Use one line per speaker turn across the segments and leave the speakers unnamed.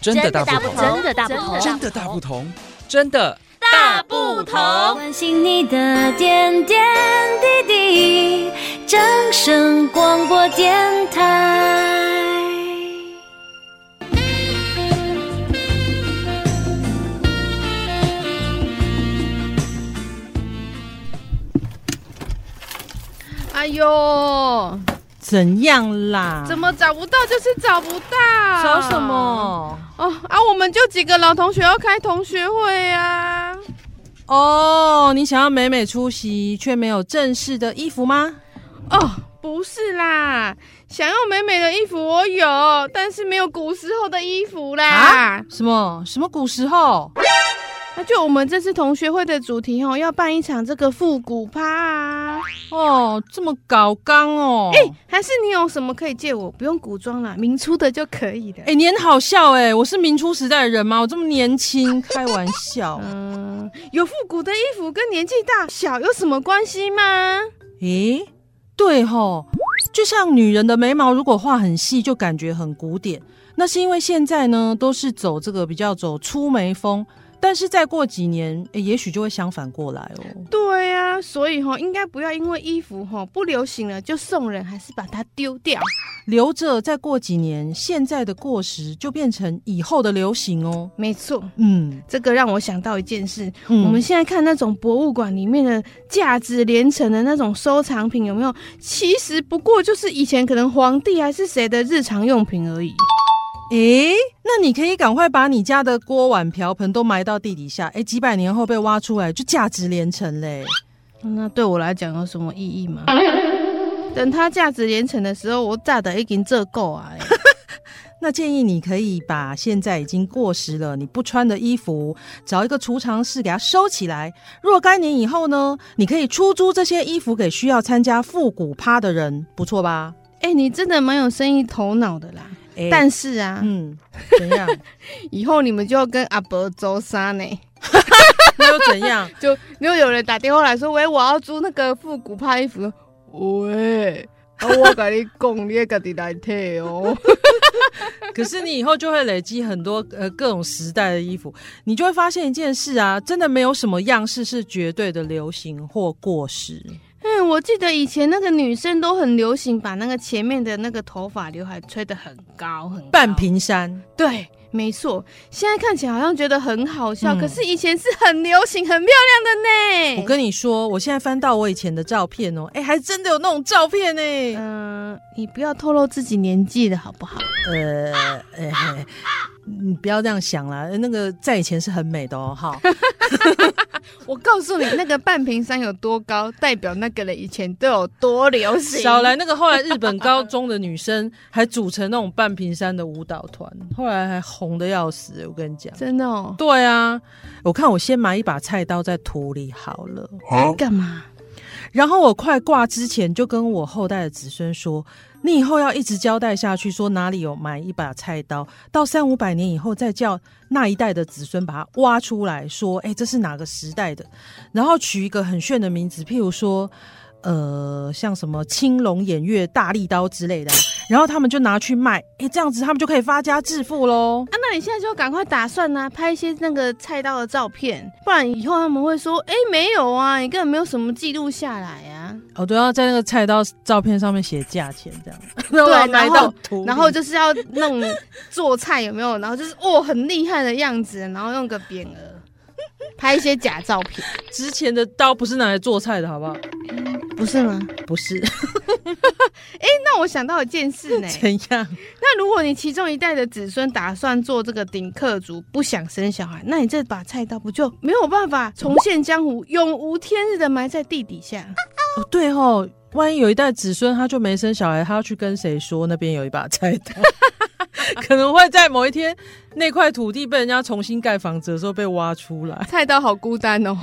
真的大不
不
同，
真的大不同，
真的大不同，真的
大不同。
关心你的点点滴滴，掌声广播电台。
哎
啊
呦，
怎样啦？
怎么找不到就是找不到？
找什？么？
哦啊，我们就几个老同学要开同学会啊！
哦，你想要美美出席，却没有正式的衣服吗？
哦，不是啦，想要美美的衣服我有，但是没有古时候的衣服啦。
啊？什么什么古时候？
那就我们这次同学会的主题哦，要办一场这个复古趴啊！
哦，这么搞刚哦！
哎、还是你有什么可以借我？不用古装啦，明初的就可以的。
哎、你很好笑哎、我是民初时代的人吗？我这么年轻，开玩笑。
嗯，有复古的衣服跟年纪大小有什么关系吗？
诶、对吼，就像女人的眉毛如果画很细，就感觉很古典。那是因为现在呢，都是走这个比较走粗眉风，但是再过几年，诶、也许就会相反过来哦。
对呀、所以哈、应该不要因为衣服哈、不流行了就送人，还是把它丢掉。
留着，再过几年，现在的过时就变成以后的流行哦。
没错，
嗯，
这个让我想到一件事，
嗯
我们现在看那种博物馆里面的价值连城的那种收藏品，有没有？其实不过就是以前可能皇帝还是谁的日常用品而已。
诶、那你可以赶快把你家的锅碗瓢盆都埋到地底下，诶、几百年后被挖出来就价值连城嘞。
嗯那对我来讲有什么意义 吗？等它价值连城的时候，我炸的已经这够啊、欸
那建议你可以把现在已经过时了、你不穿的衣服，找一个储藏室给它收起来。若干年以后呢，你可以出租这些衣服给需要参加复古趴的人，不错吧？
哎、你真的蛮有生意头脑的啦。
诶
但是啊，
嗯，怎样？
以后你们就要跟阿伯周沙呢。
那又怎样？
就如果有人打电话来说，喂，我要租那个复古派衣服，喂，啊，我跟你讲，你也自己来退哦。
可是你以后就会累积很多呃各种时代的衣服，你就会发现一件事啊，真的没有什么样式是绝对的流行或过时。
嗯，我记得以前那个女生都很流行把那个前面的那个头发刘海吹得很高很高
半，屏山，
对。没错，现在看起来好像觉得很好笑，
嗯
可是以前是很流行、很漂亮的呢。
我跟你说，我现在翻到我以前的照片哦，哎、还真的有那种照片呢、
嗯、你不要透露自己年纪了好不好？
呃，哎、嘿你不要这样想啦，那个在以前是很美的哦，哈。
我告诉你，那个半屏山有多高，代表那个人以前都有多流行。
少来那个后来日本高中的女生还组成那种半屏山的舞蹈团，后来还红的要死，我跟你讲。
真的哦，
对啊，我看我先埋一把菜刀在土里好了，
干嘛？啊
然后我快挂之前就跟我后代的子孙说，你以后要一直交代下去，说哪里有埋一把菜刀，到三五百年以后再叫那一代的子孙把它挖出来，说，哎，这是哪个时代的，然后取一个很炫的名字，譬如说。呃，像什么青龙偃月、大力刀之类的啊，然后他们就拿去卖，哎，这样子他们就可以发家致富喽。
啊，那你现在就赶快打算呢、拍一些那个菜刀的照片，不然以后他们会说，哎、没有啊，你根本没有什么记录下来啊。
哦，对，要在那个菜刀照片上面写价钱，这样，
对
然后埋到土里
然后就是要弄做菜有没有？然后就是哦，很厉害的样子，然后用个匾额，拍一些假照片，
之前的刀不是拿来做菜的，好不好？
不是吗？
不是，，
那我想到一件事呢
怎样？
那如果你其中一代的子孙打算做这个顶客族，不想生小孩，那你这把菜刀不就没有办法重现江湖，永无天日的埋在地底下？
哦，对哦，万一有一代子孙他就没生小孩，他要去跟谁说那边有一把菜刀？ 可能会在某一天那块土地被人家重新盖房子的时候被挖出来。
菜刀好孤单哦。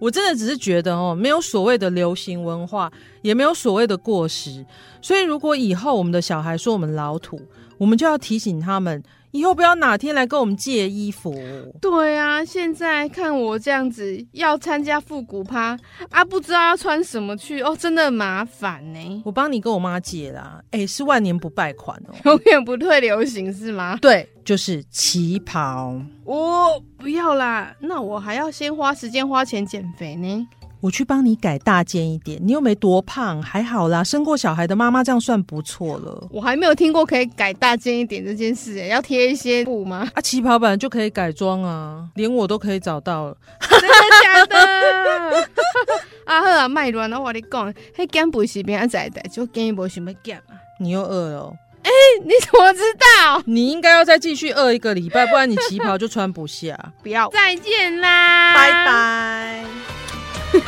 我真的只是觉得哦，没有所谓的流行文化，也没有所谓的过时。所以，如果以后我们的小孩说我们老土，我们就要提醒他们，以后不要哪天来跟我们借衣服。哦
对啊，现在看我这样子要参加复古趴啊，不知道要穿什么去哦，真的麻烦呢、
我帮你跟我妈借啦，哎、是万年不败款哦。
永远不退流行是吗？
对，就是旗袍。
我、哦不要啦，那我还要先花时间花钱减肥呢。
我去帮你改大件一点，你又没多胖，还好啦。生过小孩的妈妈这样算不错了。
我还没有听过可以改大件一点这件事、欸，要贴一些布吗？
啊，旗袍本来就可以改装啊，连我都可以找到了。
真的假的？ 啊好啊，卖乱啊！我跟你讲，迄减肥是明仔载的，啊就今日无想要减啊。
你又饿了哦、
你怎么知道？
你应该要再继续饿一个礼拜，不然你旗袍就穿不下。
不要，再见啦，
拜。拜。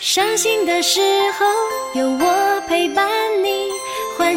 伤心的时候有我陪伴你，欢